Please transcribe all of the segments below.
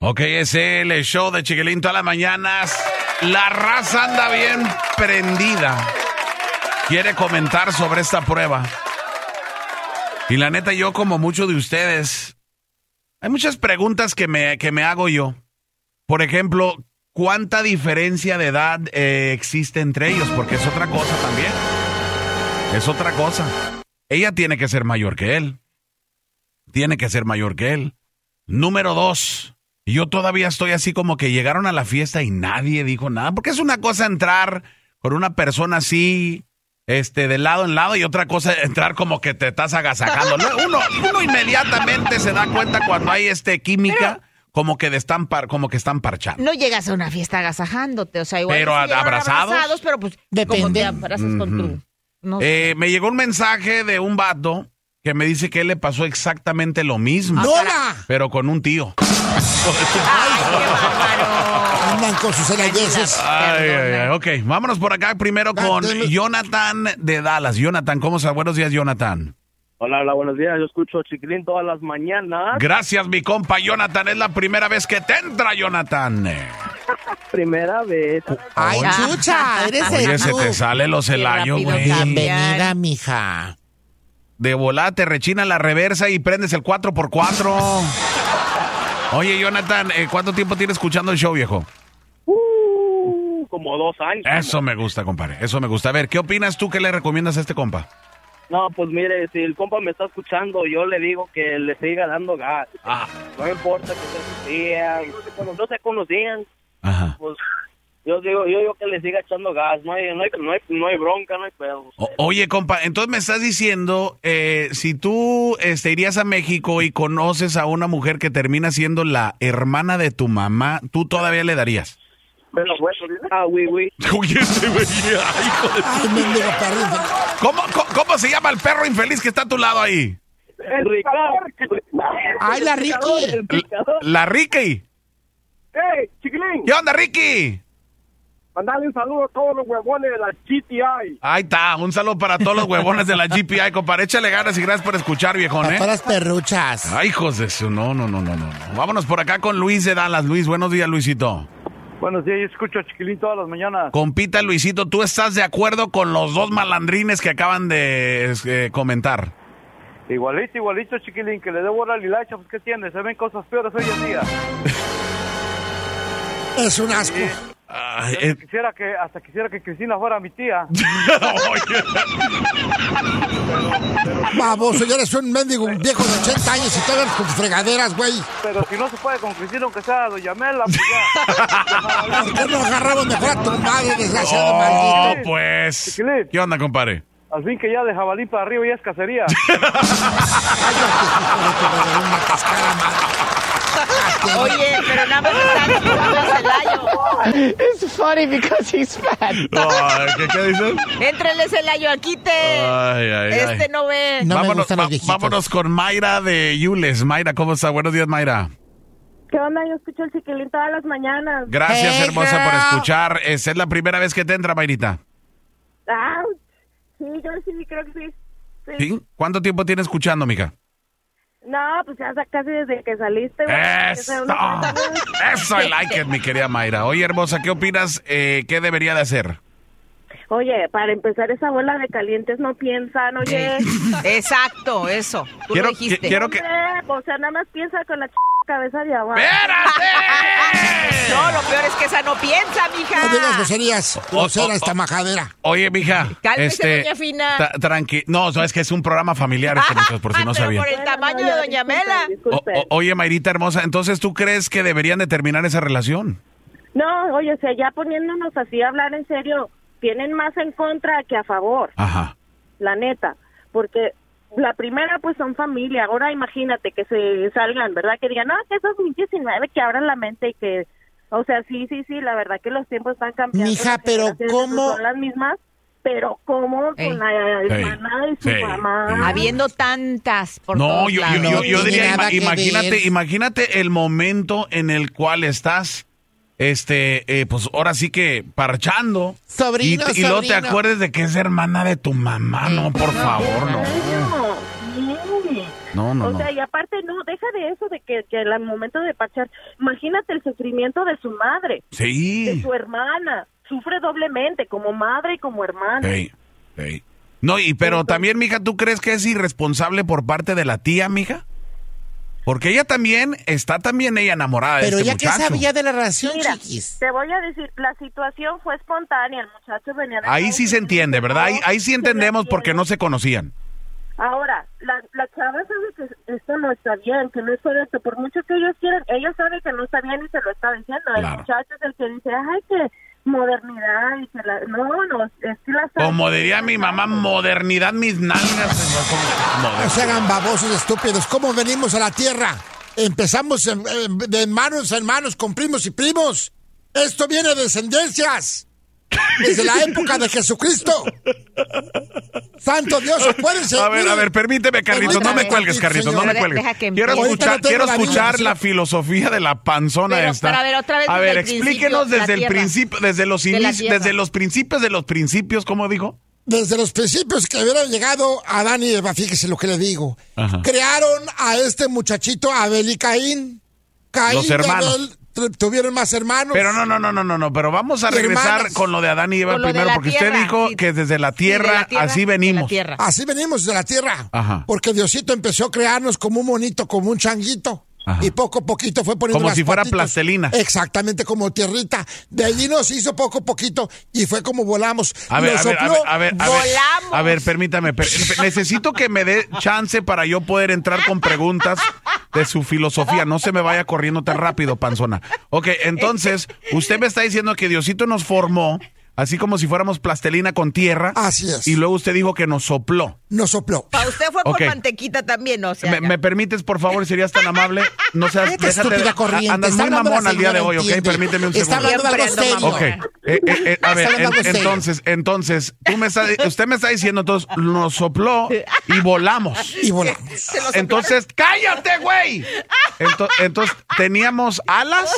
Ok, es el show de Chiquilín todas las mañanas. La raza anda bien prendida. Quiere comentar sobre esta prueba. Y la neta, yo como muchos de ustedes, hay muchas preguntas que me, que me hago yo. Por ejemplo, ¿cuánta diferencia de edad eh, existe entre ellos? Porque es otra cosa también. Es otra cosa. Ella tiene que ser mayor que él. Tiene que ser mayor que él. Número dos. Y yo todavía estoy así como que llegaron a la fiesta y nadie dijo nada, porque es una cosa entrar con una persona así, este, de lado en lado, y otra cosa entrar como que te estás agasajando. No, Uno, uno inmediatamente se da cuenta cuando hay este química, como que de están par- como que están parchando. No llegas a una fiesta agasajándote, o sea, igual. Pero sí a- llegaron abrazados. Pero pues, como te abrazas con Ujú. tu. No sé. Eh, me llegó un mensaje de un vato que me dice que él le pasó exactamente lo mismo, ¡Dora! pero con un tío. Andan con sus helayeses. Ay, ay, ay. Ok, vámonos por acá primero con Dale. Jonathan de Dallas. Jonathan, ¿cómo estás? Buenos días, Jonathan. Hola, hola, buenos días. Yo escucho Chiquilín todas las mañanas. Gracias, mi compa Jonathan. Es la primera vez que te entra, Jonathan. Primera vez. Ay, Oye. chucha, eres Oye, el se te tú. sale los celayos, rápido güey. cambia. Bienvenida, mija. De volada te rechina la reversa y prendes el 4x4. Oye, Jonathan, eh, ¿cuánto tiempo tienes escuchando el show, viejo? Uh, como dos años. Eso me gusta, compadre. Eso me gusta. A ver, ¿qué opinas tú? ¿Qué le recomiendas a este compa? No, pues mire, si el compa me está escuchando, yo le digo que le siga dando gas. No importa que se conocían, no se cono- no se conocían, Ajá. pues yo digo, yo digo que le siga echando gas. No hay, no hay, no hay, no hay bronca, no hay pedo. O- oye, compa, entonces me estás diciendo, eh, si tú este, irías a México y conoces a una mujer que termina siendo la hermana de tu mamá, tú todavía le darías. Pero bueno, ah, oui, oui. Oye, ese güey, ay, hijo de- Ay, mendigo perrito. ¿Cómo, co- cómo se llama el perro infeliz que está a tu lado ahí? Ricardo. Ay, la Ricky. El picador. La Ricky. ¡Ey, Chiquilín! ¿Qué onda, Ricky? Mandale un saludo a todos los huevones de la GTI. Ahí está, un saludo para todos los huevones de la GPI, compadre. Échale ganas y gracias por escuchar, viejón, ¿eh? Ah. Para las perruchas. Ay, hijos de su, no, no, no, no, no. no. Vámonos por acá con Luis de Dallas. Luis, buenos días, Luisito. Buenos días, yo escucho a Chiquilín todas las mañanas. Compita Luisito, ¿tú estás de acuerdo con los dos malandrines que acaban de eh, comentar? Igualito, igualito, chiquilín, que le debo la lilacha, pues ¿qué tiene? Se ven cosas peores hoy en día. Es un asco. Ay, Yo eh, quisiera que, hasta quisiera que Cristina fuera mi tía. oye, Baboso, ya eres un mendigo, un viejo de 80 años y todas tus fregaderas, güey. Pero si no se puede con Cristina, aunque sea Doña Mela, pues ya. ¿Por qué no agarramos mejor a tu madre, desgraciado oh, maldito? pues. Chiquilín. ¿Qué onda, compadre? Al fin que ya de jabalí para arriba ya es cacería. Cállate, hijo de tu madre, una cascada, madre. Oye, pero nada más están jugando a Celayo. It's funny because he's fat. Ay, ¿qué, qué dices? Éntrale Celayo al quite. Ay, ay, ay. Este no ve. No me vámonos, gustan los va- viejitos. vámonos con Mayra de Yules. Mayra, ¿cómo está? Buenos días, Mayra. ¿Qué onda? Yo escucho el chiquilín todas las mañanas. Gracias, Hey, hermosa, por girl. escuchar. Esa es la primera vez que te entra, Mayrita. Ah, sí, yo sí, creo que sí. sí. ¿Sí? ¿Cuánto tiempo tienes escuchando, mija? No, pues ya sa- casi desde que saliste. güey. O Eso. sea, unos cuantos años. Eso, I like it, mi querida Mayra. Oye, hermosa, ¿qué opinas? eh, ¿Qué debería de hacer? Oye, para empezar, esa bola de calientes no piensan, oye. Exacto, eso. Tú Quiero- lo dijiste. quiero que- Hombre, O sea, nada más piensa con la ch- cabeza de abajo. ¡Espérate! No, lo peor es que esa no piensa, No digas mija. groserías. O será esta majadera. Oye, mija. Cálmese, este, doña Fina. ta- Tranqui. No, sabes que es un programa familiar, este, muchachos, por si no pero sabían. por el Bueno, tamaño no, de ya, Doña disculpen, Mela. O- disculpen. o- oye, Mayrita hermosa, entonces tú crees que deberían de terminar esa relación. No, oye, o sea, ya poniéndonos así a hablar en serio, tienen más en contra que a favor. Ajá. la neta, porque la primera pues son familia, ahora imagínate que se salgan, ¿verdad? Que digan, no, que esos 19 que abran la mente y que, o sea, sí, sí, sí, la verdad que los tiempos están cambiando. Mija, las pero generaciones, pues, ¿cómo? Son las mismas, pero ¿cómo Ey. con la Ey, hermana de su ey, mamá? ey. Habiendo tantas por No, todos yo, yo, lados. yo- yo diría, No tiene ima- nada que imagínate, ver. imagínate el momento en el cual estás, este, eh, pues ahora sí que parchando. Sobrino, y, te- y luego te sobrino. acuerdes de que es hermana de tu mamá. No, por favor, no. Ay, no, sí. No, no, o no. sea, y aparte, no, deja de eso de que, que al momento de parchar, imagínate el sufrimiento de su madre, de Sí. su hermana, sufre doblemente, como madre y como hermana. Ey, ey. No, y pero también, mija, ¿tú crees que es irresponsable por parte de la tía, mija? Porque ella también, está también ella enamorada Pero de este ya que muchacho. sabía de la relación, Mira, chiquis. te voy a decir, la situación fue espontánea, el muchacho venía de Ahí Estados sí se Unidos, entiende, ¿verdad? Ahí, ahí sí se entendemos refiere. porque no se conocían. Ahora, la, la chava sabe que esto no está bien, que no es correcto. Por mucho que ellos quieran, ellos saben que no está bien y se lo está diciendo. Claro. El muchacho es el que dice, ay, que modernidad y que la... No, no, es que la... Como diría mi mamá, modernidad mis nalgas. No Moder- se hagan babosos estúpidos. ¿Cómo venimos a la tierra? Empezamos en- en- de manos en manos con primos y primos. Esto viene de descendencias. Desde la época de Jesucristo. Santo Dios, acuérdense. A ver, a ver, permíteme, Carlitos, no me Ahorita- cuelgues, Carlitos, no me Señora, cuelgues. deja que Quiero empiece. escuchar, Ahorita no quiero tengo la escuchar misma. la filosofía de la panzona Pero, esta. pero a ver, otra vez A desde ver, el principio, explíquenos la desde el tierra. principio, desde los De la inicios, tierra. desde los principios de los principios, ¿cómo dijo? Desde los principios que hubieran llegado Adán y Eva, fíjese lo que le digo. Ajá. Crearon a este muchachito Abel y Caín. Caín Los y hermanos. Abel tu- tuvieron más hermanos. Pero no, no, no, no, no, no, pero vamos a Hermanos. regresar con lo de Adán y Eva Con lo de primero, la porque usted tierra, dijo sí. que desde la Sí, de la tierra, tierra, así de la venimos. tierra. Así venimos de la tierra. Ajá. Porque Diosito empezó a crearnos como un monito, como un changuito. Ajá. Y poco a poquito fue poniendo Como las si fuera patitas. plastelina. Exactamente, como tierrita. De allí nos hizo poco a poquito y fue como volamos. A ver, Nos a ver, a ver, sopló a ver, a ver, volamos. a ver, permítame. per- per- necesito que me dé chance para yo poder entrar con preguntas de su filosofía. No se me vaya corriendo tan rápido, panzona. Ok, entonces, usted me está diciendo que Diosito nos formó, así como si fuéramos plastelina con tierra. Así es. Y luego usted dijo que nos sopló. Nos sopló. Ah, Para Ah, usted fue por Ok. mantequita también, o sea. ¿Me, me permites, por favor, serías tan amable? No seas, déjate Cállate, de- ah, estúpida corriente. Andas Está muy hablando la mamón al día de señora, hoy, ¿ok? entiende. Permíteme un Está segundo. hablando de algo Siempre ando serio. Ok. Eh, eh, eh, a ver, Está hablando en- serio. entonces, entonces, tú me está- usted me está diciendo, entonces, nos sopló y volamos. Y volamos. Entonces, cállate, güey. Ento- entonces, ¿teníamos alas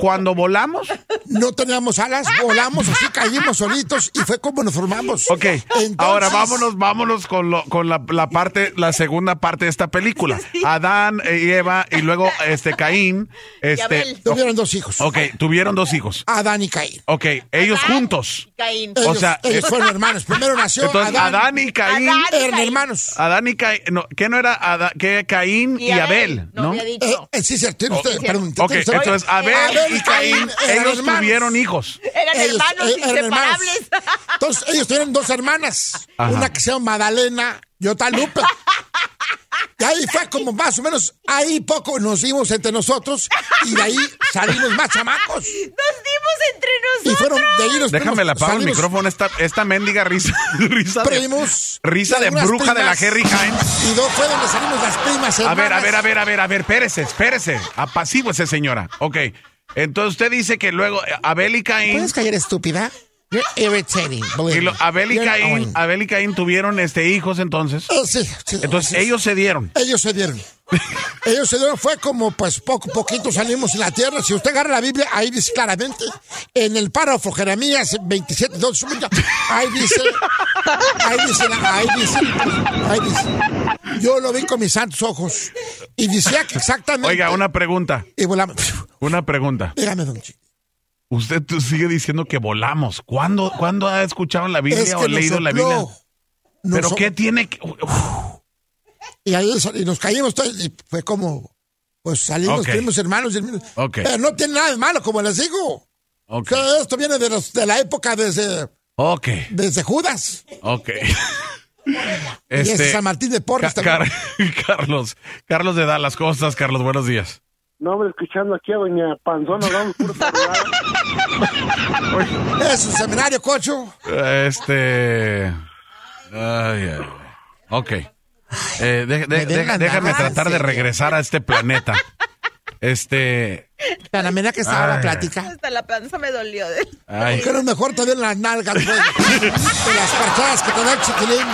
cuando volamos? No teníamos alas, volamos, así caímos solitos y fue como nos formamos. Ok, Entonces, ahora vámonos, vámonos con, lo- con la, la parte, la segunda parte de esta película. Adán y Eva y luego este Caín, este, Abel. Tuvieron dos hijos. ok, tuvieron dos hijos. Adán y Caín. Ok, ellos Adán juntos. y Caín. Ellos, O sea, ellos eh, fueron hermanos. Primero nació Entonces, Adán. Adán y Caín. Ah, Adán. Eran hermanos. Adán y Caín, no, ¿qué no era Ada- qué Caín y, Abel? No, ¿no? había dicho. Eh, eh, sí, cierto. Tiene usted, perdón, Ok, tiene usted- entonces Abel y Caín, eran ellos hermanos. tuvieron hijos. Eran Ellos, hermanos eh, eran hermanos. inseparables. Entonces, ellos tuvieron dos hermanas. Ajá. Una que se llama Madalena y otra Lupe. Y ahí fue como más o menos, ahí poco nos dimos entre nosotros y de ahí salimos más chamacos. Nos dimos entre Y nosotros. fueron de ahí nos Déjame la apago el salimos micrófono, esta, esta mendiga risa, risa Primos. de, risa Y de algunas bruja de la primas. Harry Hines. Y dos fue donde salimos las primas A hermanas. ver, a ver, a ver, a ver, a ver, espérese, espérese, apacígüese señora. Ok, entonces usted dice que luego eh, Abel y Caín, ¿Puedes callar, estúpida? You're irritating. believe y lo- me. Abel y You're Caín, annoying. Abel y Caín tuvieron este hijos entonces. Eh, sí, sí, Entonces sí, sí. ellos se dieron. Ellos se dieron. Ellos se dieron, fue como pues poco poquito salimos en la tierra. Si usted agarra la Biblia, ahí dice claramente, en el párrafo Jeremías 27, 2, ahí dice, ahí dice, ahí dice, ahí dice. Yo lo vi con mis santos ojos y decía que exactamente. Oiga, una pregunta, Y volamos. una pregunta. Dígame, don Chi. Usted tú sigue diciendo que volamos. ¿Cuándo, ¿cuándo ha escuchado la Biblia Es que o nos leído la sopló. Biblia? Nos ¿Pero so- qué tiene que...? Y ahí sal- y nos caímos todos y fue como, pues salimos Ok. primos hermanos. y hermanos. Ok. Pero no tiene nada de malo, como les digo. Ok, O sea, esto viene de, los- de la época desde, ok, desde Judas. ok. y Este, es San Martín de Porres Ca- también. Car- Carlos, Carlos de Dallas, ¿cómo estás, Carlos? Buenos días. No, hombre, escuchando aquí a doña Panzona, vamos puro celular. Es un seminario, cocho. Este... ay, ay, ok. Eh, de- de- Me den de- ganas, déjame tratar de señor. regresar a este planeta. Este... Tan amena que estaba Ay. la plática. Hasta la panza me dolió. de- ay. Que no mejor te den las nalgas, güey. de las parchadas que te da el chiquilín.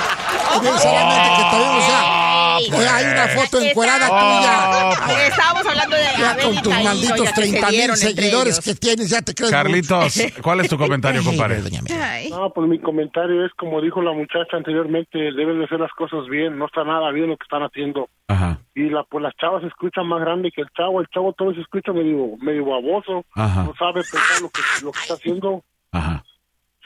Y bien solamente que todavía no sea Ah, Ey. pues. Oye, hay una foto Esa- encuerada Oh, tuya. pues. Estábamos hablando de Ya Abel con y tus Caín, malditos oiga, que se 30 mil dieron entre seguidores ellos. que tienes, ya te crees. Carlitos, ¿cuál es tu comentario, mucho. compadre? Doña Mel. Ay. No, pues mi comentario es como dijo la muchacha anteriormente, deben de hacer las cosas bien, no está nada bien lo que están haciendo. Ajá, Y la, pues las chavas se escuchan más grande que el chavo, el chavo todo se escucha medio, medio baboso, Ajá. no sabe pensar lo que, lo que está haciendo. ajá.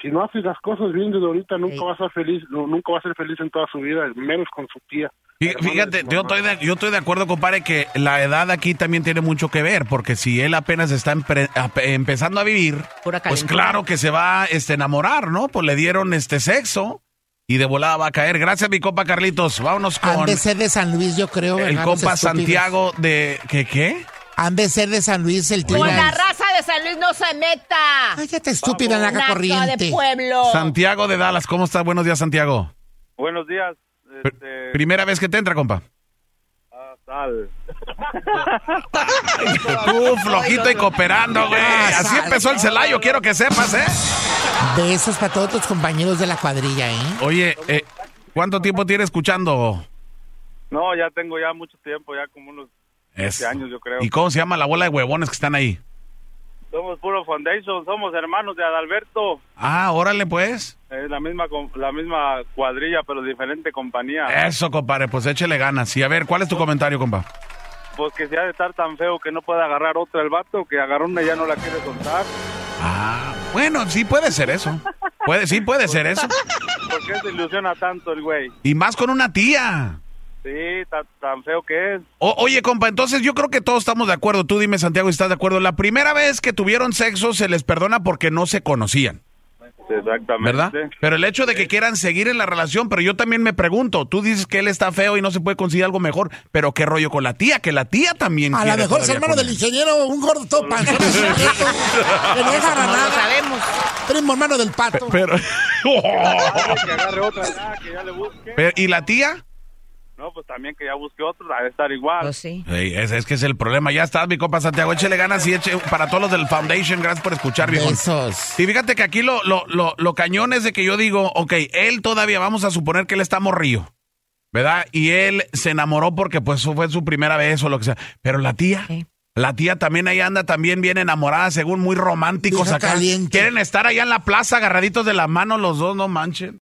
Si no haces las cosas bien desde ahorita, nunca Sí. vas a ser feliz, no, nunca vas a ser feliz en toda su vida, menos con su tía. Fí- hermana de Fíjate, su yo mamá. estoy, de, yo estoy de acuerdo, compadre, que la edad aquí también tiene mucho que ver, porque si él apenas está empre- ap- empezando a vivir, Pura pues calentura. claro que se va este, enamorar, ¿no? Pues le dieron este sexo y de volada va a caer. Gracias, mi compa Carlitos. Vámonos Han con de ser de San Luis, yo creo. el hermanos compa estúpidos. Santiago de... ¿Qué qué? Han de ser de San Luis el tío. Con la Ay, raza de San Luis no se meta. ya te estúpida la Naco de corriente. pueblo. Santiago de Dallas. ¿Cómo estás? Buenos días, Santiago. Buenos días. Pr- Este, Primera vez que te entra, compa. ah, sal. Tú, flojito y cooperando, güey. Ah, Así sal- empezó el Celayo, quiero que sepas, ¿eh? Besos para todos tus compañeros de la cuadrilla, ¿eh? Oye, eh, ¿cuánto tiempo tiene escuchando? No, ya tengo ya mucho tiempo, ya como unos 15 Eso. años yo creo. ¿Y cómo se llama la bola de huevones que están ahí? Somos puro Foundation, somos hermanos de Adalberto. Ah, órale, pues. Es la misma, com- la misma cuadrilla, pero diferente compañía. Eso, compadre, pues échele ganas. Y a ver, ¿cuál es tu comentario, compa? Pues que se ha de estar tan feo que no puede agarrar otra el vato, que agarró una y ya no la quiere soltar. Ah, bueno, sí puede ser eso. Puede, sí puede ser eso. ¿Por qué se ilusiona tanto el güey? Y más con una tía. Sí, ta- tan feo que es. O- oye, compa, entonces yo creo que todos estamos de acuerdo. Tú dime, Santiago, si estás de acuerdo. La primera vez que tuvieron sexo se les perdona porque no se conocían, Exactamente. ¿verdad? Pero el hecho de que quieran seguir en la relación, pero yo también me pregunto, tú dices que él está feo y no se puede conseguir algo mejor, pero qué rollo con la tía, que la tía también A lo quiere mejor es todavía hermano con del él. ingeniero, un gordo todo panzón, así, quieto, que no agarra No lo nada. sabemos. Primo hermano del pato. Pero, Que agarre otra ya, que ya le busque. Pero, ¿Y la tía? No, pues también que ya busque otro, ha de estar igual. Pues sí. Ey, es, es que es el problema. Ya estás, mi compa Santiago. Échele ganas y eche para todos los del Foundation. Gracias por escuchar, viejo. Besos. Y fíjate que aquí lo, lo, lo, lo cañón es de que yo digo, ok, él todavía, vamos a suponer que él está morrillo, ¿verdad? Y él se enamoró porque pues fue su primera vez o lo que sea. Pero la tía, Sí. la tía también ahí anda también bien enamorada, según muy románticos Vieja acá. caliente. Quieren estar allá en la plaza agarraditos de la mano los dos, no manchen.